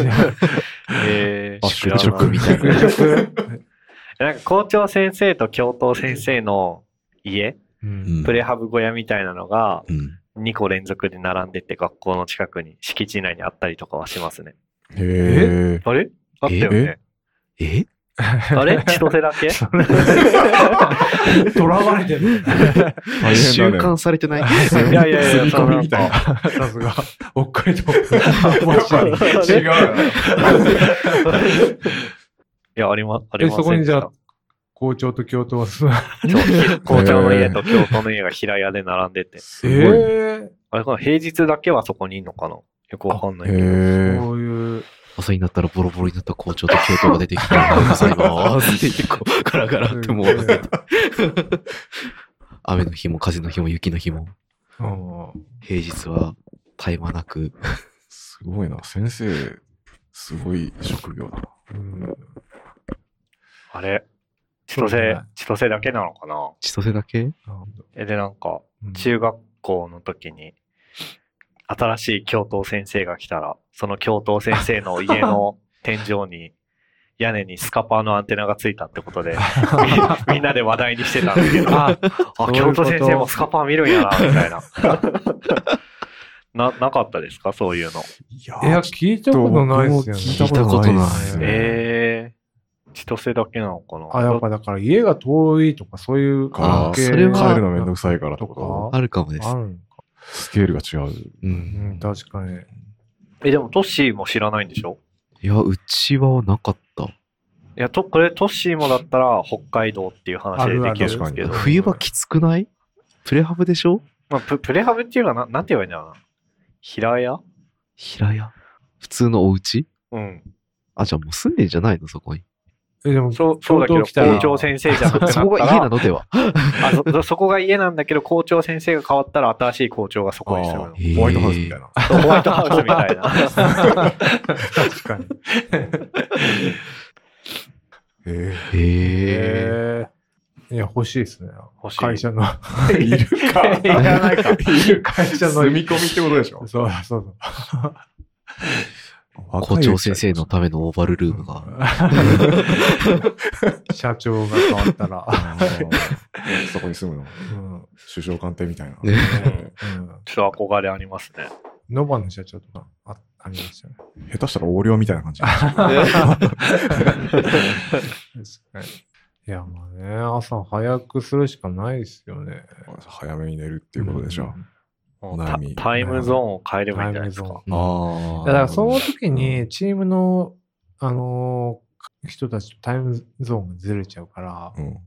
S3: えー、
S2: あ
S3: 知らな
S2: 宿直みたい
S1: 食欲
S3: なんか校長先生と教頭先生の家、
S1: う
S2: うん
S1: ん。
S3: プレハブ小屋みたいなのが
S2: うん。
S3: 2個連続で並んでて学校の近くに、敷地内にあったりとかはしますね。
S2: へえ。
S3: あれあったよね。
S4: え
S3: あれ千 歳だけ
S1: 囚われてる。
S2: 大変
S4: 習
S2: だね。
S4: 慣されてない。
S3: い やいやいや、
S2: 住み込みみたいな。
S1: さすが。北海 道。面白い
S3: 違う。 いや、ありま、あり
S1: え、
S3: ません
S1: そこにじゃあ、校長と教頭は座る。
S3: 校長の家と教頭の家が平屋で並んでて。
S2: すごいね。
S3: あれかな平日だけはそこにいんのかなよくわかんないけ
S2: へ
S3: ど。
S2: え。
S1: そういう、
S4: 朝になったらボロボロになった校長と教頭が出てきて、おはようございますって言って、こう、ガラガラってもう、 雨の日も風の日も雪の日も、
S1: うん
S4: 平日は絶え間なく、
S2: すごいな。先生、すごい職業だな。
S1: うん
S3: あれ千
S1: そうじゃない
S3: 歳、千歳だけなのかな
S4: 千歳だけ
S3: え、で、なんか、
S1: うん
S3: 中学校の時に、新しい教頭先生が来たら、その教頭先生の家 の天井に、屋根にスカパーのアンテナがついたっ てことで、みみんなで話題にしてたんですけど、あ、
S1: そういう
S3: 教
S1: こと
S3: 頭先生もスカパー見るんやな、みたい な。な、なかったですかそういうの。
S2: いや
S1: いや、聞いたことないですよね。
S2: 聞いたことないですね。
S3: えー、千歳だけなのかな
S1: あ、やっぱだから家が遠いとかそういう
S2: あ
S1: 関
S2: あ、
S1: 係
S4: それは
S2: 帰るのめんどくさいから
S1: と
S2: とか、
S1: か
S4: あるかもです
S1: あ。るんか。
S2: スケールが違う。
S4: う。
S1: うんん、確かに。
S3: え、でもトッシーも知らないんでしょ
S4: いや、うちはなかった。
S3: いや、と、これトッシーもだったら北海道っていう話でできるんですけ
S2: あ
S3: ど
S2: る、ある
S4: 冬場きつくないプレハブでしょ
S3: まあ、ププレハブっていうのはな、なんて言えばいいんだろうな。平屋
S4: 平屋普通のお家
S3: うん。
S4: あ、じゃあもう住んでんじゃないのそこに。
S1: え、でも、
S3: そう、そうだけど、
S1: 教頭来たら
S3: 校長先生じゃなくてなったら、
S4: そこが家なのでは。
S3: あそそそこが家なんだけど、校長先生が変わったら新しい校長がそこに住むの
S2: あ
S4: へー
S2: ホワイトハウスみたいな。
S3: そうホワイトハウスみたい な。
S1: 確かに。
S2: え
S4: へえ。
S1: ええ。いや、欲しいですね。
S3: 欲しい
S1: 会社の。
S2: え。 いるか。
S1: いらないか。会社の。
S2: 住み込みってことでしょ。
S1: そうそうそう。
S4: 校長先生のためのオーバルルームが。
S1: 社長が変わったら。
S2: あー。そこに住むの。
S1: うん。うん
S2: 首相官邸みたいな。
S4: ね
S2: うん
S3: ちょっと憧れありますね。
S1: ノバの社長とかあありましたね。
S2: 下手したら横領みたいな感じ。
S1: 確かに。いや、まあね、朝早くするしかないですよね。
S2: 早めに寝るっていうことでしょ。
S3: もう
S2: お
S3: タ
S2: 悩み
S3: タイムゾーンを変えればいいんじゃないです
S1: タイム
S3: か
S1: ゾ。
S4: うん
S2: あ
S1: だからその時にチームの、あのー人たちとタイムゾーンがずれちゃうからっ
S2: うん。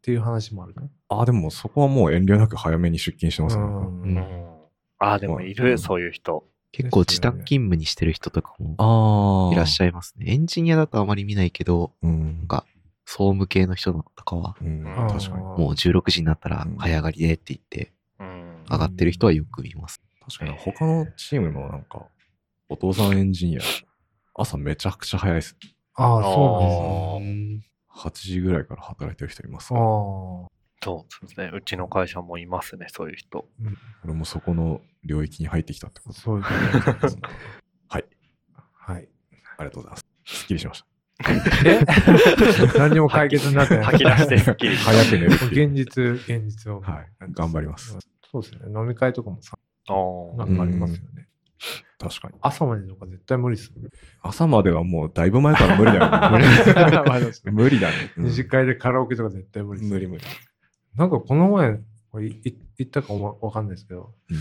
S1: ていう話もあるね。
S2: あ、でもそこはもう遠慮なく早めに出勤して
S1: う
S2: ますね。
S1: ん
S4: うん
S3: うんああ、でもいうる、
S2: ん
S3: そういう人。
S4: 結構自宅勤務にしてる人とかも
S2: あ
S4: いらっし
S2: ゃ
S4: ゃいますね。エンジニアだとあまり見ないけど、
S2: る。うん。
S4: 総務系の人とかは、
S2: うん、
S3: うん
S2: 確かに。
S4: もう16時になったら
S2: うん
S4: 早上がりでって言って、
S3: うん。
S4: 上がってる人はよく見ます。
S2: 確かに他のチームのなんか、お父さんエンジニア、朝めちゃくちゃ早いです。
S1: ああ、そうなんですね。
S3: あ
S2: 8時ぐらいから働いてる人います。
S1: あ
S2: 俺
S1: あ。
S3: そうですね。うちの会社もいますね、そういう人。
S2: もそこの領域に入ってきたってこと。
S1: そうですね。
S2: はい。
S1: はい。
S2: ありがとうございます。すっきりしました。
S1: 何にも解決になってない。
S3: 吐き出してすっきりした。
S2: 早く寝るっていう。
S1: 現実、現実を。
S2: はい。頑張ります。。
S1: そうですね。飲み会とかもさ、
S3: あー
S1: なんかありますよね。
S2: 確かに。
S1: 朝までとか絶対無理っ す。
S2: 朝まではもうだいぶ前から無理だよ、ね。 無理だね。うん
S1: 二次会でカラオケとか絶対無理っす。
S2: 無理無理。
S1: なんかこの前、これい行ったかもわかんないですけど、
S2: うん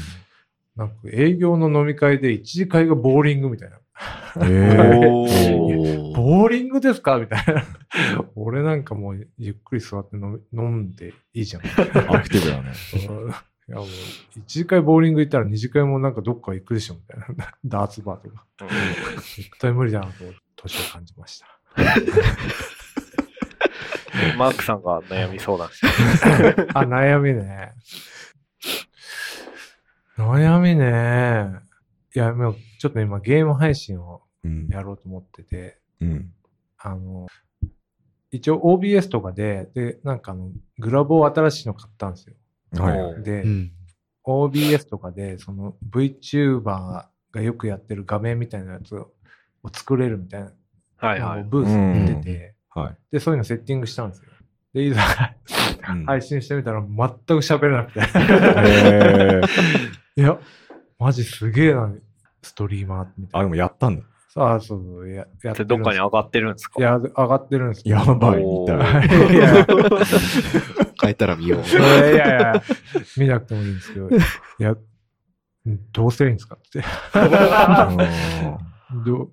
S1: なんか営業の飲み会で一次会がボーリングみたいな。
S2: え
S3: おー
S1: ボーリングですかみたいな。俺なんかもうゆっくり座って飲み飲んでいいじゃん。
S2: ー、アクティブだね。
S1: うんいやもう1次会ボーリング行ったら2次会もなんかどっか行くでしょみたいな。 ダーツバーとか。絶対無理だなと、年を感じました。
S3: マークさんが悩み相談して。
S1: あ、悩みね。悩みね。いや、もうちょっと今ゲーム配信を
S2: うん。
S1: やろうと思ってて、
S2: うん。
S1: あの、一応 OBS とかで、で、なんかあの、グラボを新しいの買ったんですよ。
S2: はい。
S3: おー
S1: で、
S4: うん。
S1: OBS とかで、その VTuber がよくやってる画面みたいなやつを作れるみたいな、
S3: はいは
S1: のを
S3: い。
S1: ブースに出てて、
S2: はい。
S1: で、そういうのセッティングしたんですよ。で、いざ
S2: うん
S1: 配信してみたら全く喋れなくて。
S2: へー
S1: いや、マジすげえな、ストリーマーみたい
S2: あ、
S1: な。
S2: でもやったんだ。
S1: さあ、そうそう、やや
S3: でどっかに
S1: あ
S3: 上がってるんですか
S1: いや、上がってるんですけど
S2: やばい、
S3: お
S2: み
S3: ー
S2: たい。
S1: いや
S4: 変えたら見よう。
S1: いやいやいや、見なくてもいいんですけど、いや、どうすりゃいいんですかって。
S2: うん
S1: どう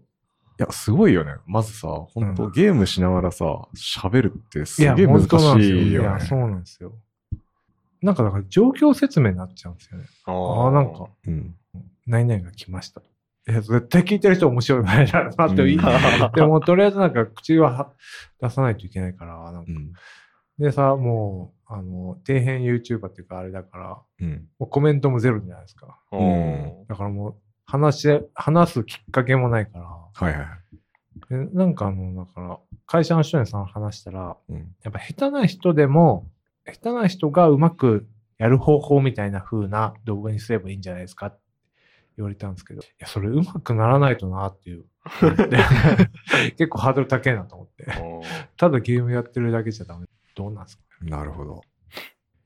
S2: いや、すごいよね。まずさ、本当、
S1: うん
S2: ゲームしながらさ、喋るってす
S1: いや、
S2: げえ難
S1: 本当なんですよ。
S2: しい
S1: い
S2: よ
S1: や、
S2: ね。
S1: そうなんですよ。なんかだから状況説明になっちゃうんですよね。ああ、なんか、
S2: うん
S1: 何々が来ました。いや、絶対聞いてる人面白くないだろうなって、
S2: うん
S1: でもとりあえずなんか口はは出さないといけないから、なんか
S2: うん。
S1: でさ、もう、あの、底辺 YouTuber っていうかあれだから、
S2: うん。
S1: もうコメントもゼロじゃないですか。
S3: お
S2: うん
S3: ー。
S1: だからもう、話し、話すきっかけもないか
S2: はいはい。
S1: ら。でなんかあの、だから、会社の人にさ、話したら、
S2: うん。
S1: やっぱ下手な人でも、下手な人がうまくやる方法みたいな風な動画にすればいいんじゃないですかって言われたんですけど、いや、それうまくならないとなっていう。 で結構ハードル高いなと思って。
S3: おー
S1: ただゲームやってるだけじゃダメ。どうなんですか
S2: なるほど。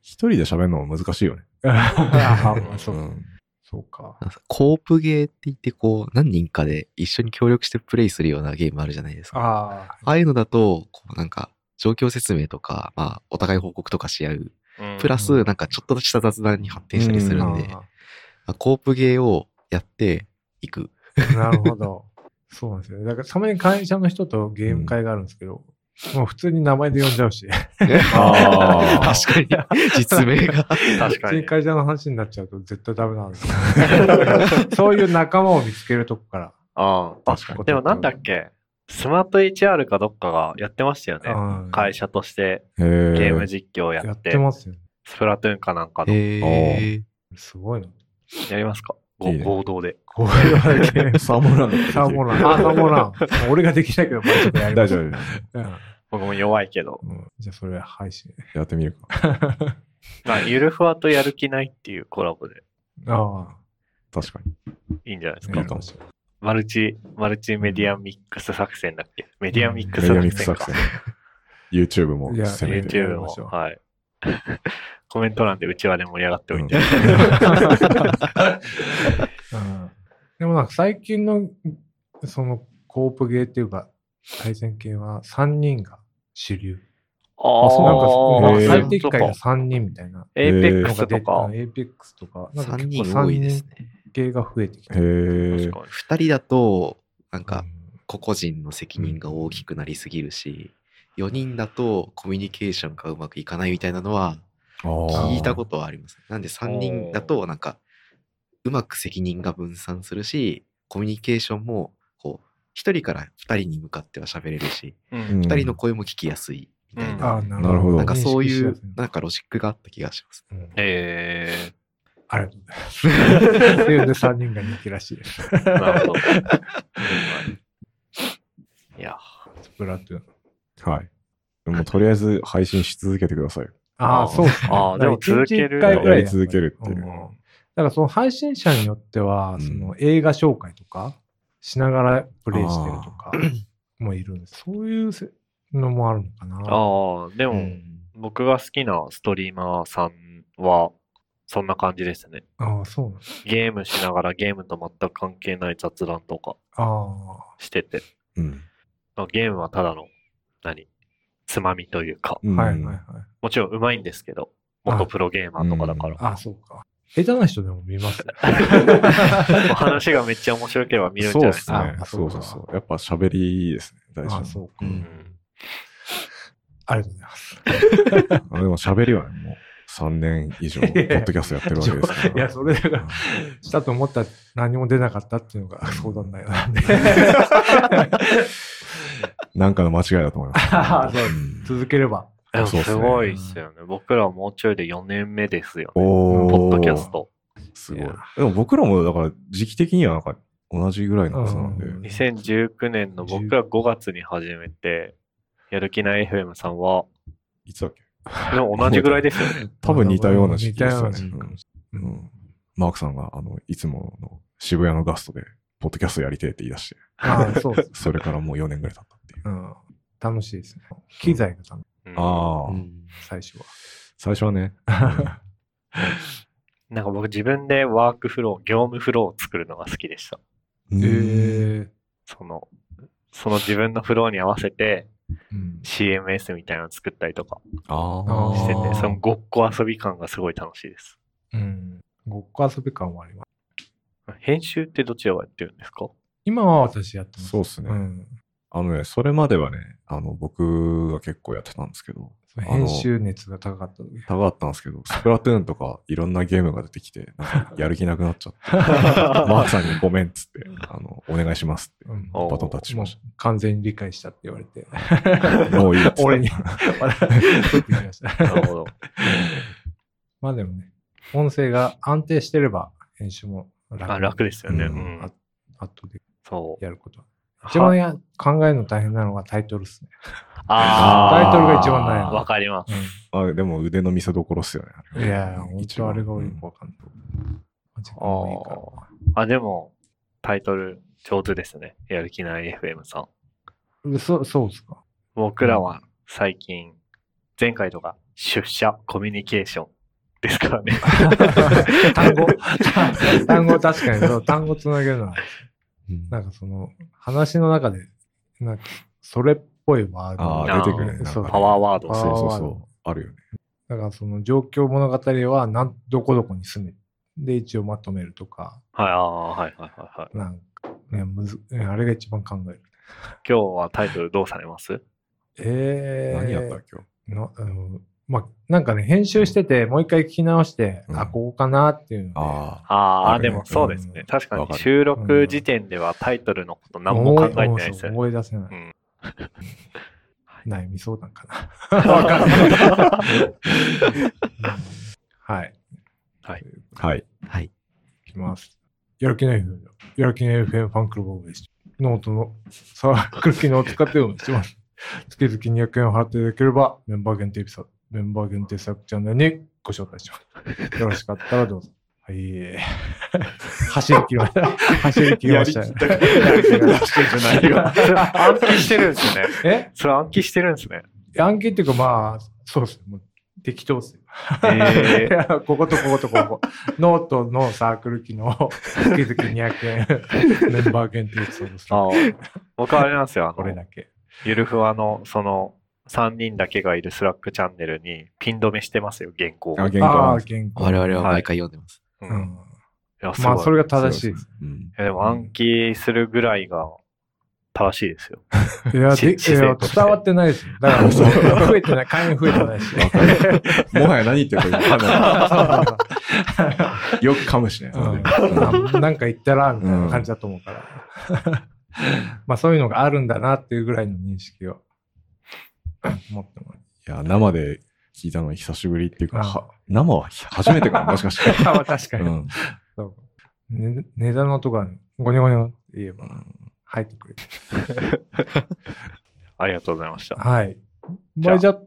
S2: 一人で喋るのも難しいよね。
S1: あまあそううん そうか。
S4: コープゲーって言ってこう、何人かで一緒に協力してプレイするようなゲームあるじゃないですか。あ
S1: ああ。
S4: あいうのだと、こうなんか、状況説明とか、まあ、お互い報告とかし合う。
S3: うん
S4: プラス、なんかちょっとした雑談に発展したりするんで、
S1: あ
S4: まあコープゲーをやっていく。
S1: あなるほど。そうなんですよね。だから、たまに会社の人とゲーム会があるんですけど、もう普通に名前で呼んじゃうし、
S2: あー
S4: 確かに、実名 が。
S3: 確
S1: 普
S3: か
S1: 通
S3: に
S1: に。会社の話になっちゃうと絶対ダメなんです よそういう仲間を見つけるとこから。
S3: ああ。
S1: 確か
S3: でもなんだっけスマート HR かどっかがやってましたよね。会
S1: 社
S3: 社として
S2: へー
S3: ゲーム実況をや
S1: や
S3: っ
S1: って
S3: て、
S1: ますよね。
S3: スプラトゥーンかなんかの
S4: えー、
S1: すごいな。
S3: やりますかご
S2: いいね
S3: 合同で。
S1: こういうわけ
S2: サーモンランドってできる
S1: サーモンラン。あ、サーモンラン。俺ができないけど、まあちょっとやりま
S2: 大
S1: す
S2: 丈夫。大丈
S1: うん
S3: 僕も弱いけど。
S1: うんじゃあ、それは配信。
S2: 夫やってみるか。
S3: まあ、ゆるふわとやる気ないっていうコラボで
S1: あ
S2: 確かに。
S3: いいんじゃないです
S1: あ。
S3: か。
S2: いいかも
S1: しれない。
S3: マルチ、マルチメディアミックス作戦だっけメディアミック
S2: メ
S3: ス
S2: ディアミックス
S3: 作
S2: 作
S3: 戦
S2: 戦
S3: か。。
S2: YouTube も
S1: いや
S2: 攻めて。
S1: 戦
S3: YouTube も
S1: やりましょう
S3: はい。 コメント欄でうちわで盛り上がっておいて。
S1: うんでもなんか最近のそのコープゲーっていうか対戦系は3人が主流。なん
S3: あ
S1: か
S2: ー
S1: そ
S2: へ
S1: う
S2: ー
S1: 最適解が3人みたいな
S3: エイペック
S1: の
S3: ス
S1: が出
S3: と
S1: て、
S3: か。
S1: エイペックスとか、なんか
S4: 3
S1: 結構
S4: 人多いで
S1: 3
S4: す
S1: 人
S4: ね。
S1: 系が増えてきて
S2: へ。ー
S3: 確かに
S4: 2人だと、なん
S1: う
S4: か、
S1: ん
S4: 個々人の責任が大きくなりすぎるし、4人だとコミュニケーションがうまくいかないみたいなのは
S2: あー
S4: 聞いたことはあります。なんで3人だとなんかうまく責任が分散するし、コミュニケーションもこう1人から2人に向かっては喋れるし、
S3: うん
S2: うん
S4: 2人の声も聞きやすいみたいな、
S1: あー
S2: なるほど
S4: なんかそうい
S1: 認
S4: う
S1: 識しやすい
S4: なんかロジックがあった気がします。
S1: うん
S3: え
S1: ありがとうございます。っていうので3人が人気らしいです。
S3: ー、なるほど。 いや、
S1: スプラトゥーン。
S2: はい。もうとりあえず配信し続けてください。
S1: ああ、そうですね。
S3: あーでも続ける
S1: だから一日一回ぐらい
S2: やり続けるってい
S1: だ
S2: う
S1: からその配信者によっては、
S2: うん
S1: その映画紹介とかしながらプレイしてるとかもいるんです。そういうせのもあるのかな。
S3: ああ、で
S1: う
S3: も、
S1: ん
S3: 僕が好きなストリーマーさんは、そんな感じですね。
S1: ああ、そうなんだ。
S3: ゲームしながらゲームと全く関係ない雑談とか
S1: あ
S3: してて、
S2: うん。
S3: まあゲームはただの、何つまみというか、
S1: あ、
S2: うん
S1: はいはいはい。
S3: もちろん上手いんですけど、元プロゲーマーとかだから。
S1: ああ、そうか。下手な人でも見ますよ。
S3: お話がめっちゃ面白ければ見るんじゃ
S2: そう
S3: ない
S2: で
S3: です
S2: す
S3: か。
S1: あ。
S2: ねそうそ
S1: そう
S2: う
S1: か
S2: そう。やっぱ喋りですね。大事
S1: あ
S2: な
S1: あ、そうか、
S4: うん
S3: うん
S1: ありがとうございます。
S2: あでも喋りはねもう3年以上、ポ
S1: いやいや
S2: ッドキャストやってるわけですから。
S1: いやそれだから
S2: うん
S1: したと思ったら何も出なかったっていうのが相談だよ な。
S2: なんかの間違いだと思います。
S1: あそう
S2: うん
S1: 続ければ。
S3: でも
S2: そうっすね
S3: すごいっすよね。僕らもうちょいで4年目ですよね。
S2: おー
S3: ポッドキャス。ト。
S2: すごい
S1: いや。
S2: でも僕らもだから時期的にはなんか同じぐらいのはずなんで。
S1: うん
S3: 2019年の僕ら5月に始めて、やる気ない FM さ んは、
S2: いつだっけ
S3: でも同じぐらいですよね。
S2: 多分似たような時期ですよね
S1: 似たような時期かもし。
S2: う
S1: れ
S2: ん
S1: ない
S2: うんマークさんがあのいつもの渋谷のガストで、ポッドキャストやりてえって言い出して、
S1: ああ、そうです。
S2: それからもう4年ぐらい経ったっていう。
S1: うん。楽しいですね。機材が楽し
S3: うん
S2: ああ、
S4: うん
S1: い、最初は。
S2: 最初はね、
S3: なんか僕自分でワークフロー、業務フローを作るのが好きでした。
S2: うん
S1: え
S3: その、その自分のフローに合わせて
S1: えうん。
S3: CMS みたいなの作ったりとか
S2: あ
S1: あー
S3: して
S1: あ
S3: て、そのごっこ遊び感がすごい楽しいです。
S1: うん。ごっこ遊び感もあります。
S3: 編集ってどちらがやってるんで すか
S1: 今は私やってます。
S2: そうっすね、
S1: うん。
S2: あのね、それまではね、あの、僕が結構やってたんですけど、あの
S1: 編集熱が高かった時。
S2: 高かったんですけど、スプラトゥーンとかいろんなゲームが出てきて、なんかやる気なくなっちゃ って、マークさんにごめんっつって、あの、お願いしますって、
S1: うん
S3: お
S2: バトンタッチし
S1: も
S2: ま
S1: う
S2: し
S1: 完全に理解したって言われ て。
S2: た。もういいっつって。
S1: 俺に。取ってきました。
S3: なるほど。
S1: まあでもね、音声が安定してれば編集も楽
S3: あ楽ですよね。
S2: う
S3: うんん。
S1: あ後で
S3: そう。
S1: やることは。一番
S3: は
S1: や考えるの大変なのがタイトルですね。
S3: あ
S1: タ
S3: ー
S1: イトルが一番悩む
S3: わかります。
S2: あでも腕の見せ所っすよね。あれ
S1: い
S2: は
S1: やー、本
S2: 一
S1: 当
S2: 番
S1: あれが俺
S2: う
S1: よ
S2: ん
S1: くわかんない。時間もいいから
S3: あ、でも、タイトル上手ですね。やる気ない FM さん。
S1: うそそうですか。
S3: 僕らは最近、前回とか、出社、コミュニケーションですか らね。
S1: 単語、単語確かにそう、単語つなげるのは、
S4: うん
S1: なんかその、話の中で、なんか、それっぽいワード
S2: あ
S3: ー出てくる
S2: ねなんか
S1: そう
S3: パワーワード。
S1: あ
S2: そうそう
S1: ある
S2: そう。あるよね。
S1: だからその状況物語はなんどこどこに住めで一応まとめるとか
S3: はい、ああ、はいはいはいはい。
S1: なんか、ね、むずねあれが一番考える。
S3: 今日はタイトルどうされます
S1: えー、
S2: 何やったっけ今
S1: なうんまあ、なんかね編集しててもう一回聞き直して、
S2: うん
S1: あここかなっていうので
S2: 日。ああ。
S3: あ
S2: あ
S3: あ、
S2: れ
S3: で
S2: ね
S3: もそうです
S1: う
S3: ね
S1: ん。
S3: 確か
S2: わか
S3: に
S2: る
S3: 収録時点ではタイトルのこと何も考えてないですよね。
S1: 思い出せない、
S3: うん
S1: 悩み相談かなわ かんない、うんはい
S2: はい。
S4: はい。
S1: いきますやる気ない FM やる気ない FM ファンクラブを運営してノートのサークル機能を使って運営してます 月々200円を払っていただければメンバー限定エピソードメンバー限定サークルチャンネルにご招待しますよろしかったらどうぞはい。 走り切りました。走り切りました。
S3: やりきったじゃないよ暗記してるんで すね。
S1: え
S3: それ暗記してるんですね。
S1: 暗記っていうかまあ、そうですね。もう適当ですよ。
S3: え
S1: いや こことこことここ。ノートのサークル機能、月々200円、メ ンバー限定エピソード
S3: あー僕はあれなんですよ。あ
S1: これ
S3: の
S1: だけ。
S3: ゆるふわの、その、3人だけがいるスラックチャンネルにピン止めしてますよ、原稿を。
S2: あ、
S3: い
S2: 原
S1: あ
S2: 稿
S1: あ
S2: な
S1: ー、
S2: んです
S1: 原稿。
S4: 我々は毎回読んでます。
S1: う
S3: い
S1: ん、
S3: や、すごい。
S1: まあ、それが正しい
S2: そうですうん
S3: いやでも暗記するぐらいが正しいですよ。
S1: いや、
S3: し
S1: でいや
S3: 姿勢として
S1: 伝わってないですよ。だから、
S2: そう
S1: 増えてない、会員増えてない し。
S2: わかるもはや何言ってるか分かんなない。よく噛むしね。
S1: う
S2: うん
S1: んななんか言ったら、みたいな感じだと思うから。まあ、そういうのがあるんだなっていうぐらいの認識を持ってもら
S2: いや、生で聞いたの久しぶりっていうか、
S1: あ
S2: は生は初めてかな、もしかして。
S1: うまあ確か
S2: う
S1: に。
S2: ん
S1: そうね、値段の音がゴニョゴニョって言えば入ってくれる。
S3: ありがとうございました。
S1: はい。
S3: じゃあ
S1: まあじゃあ、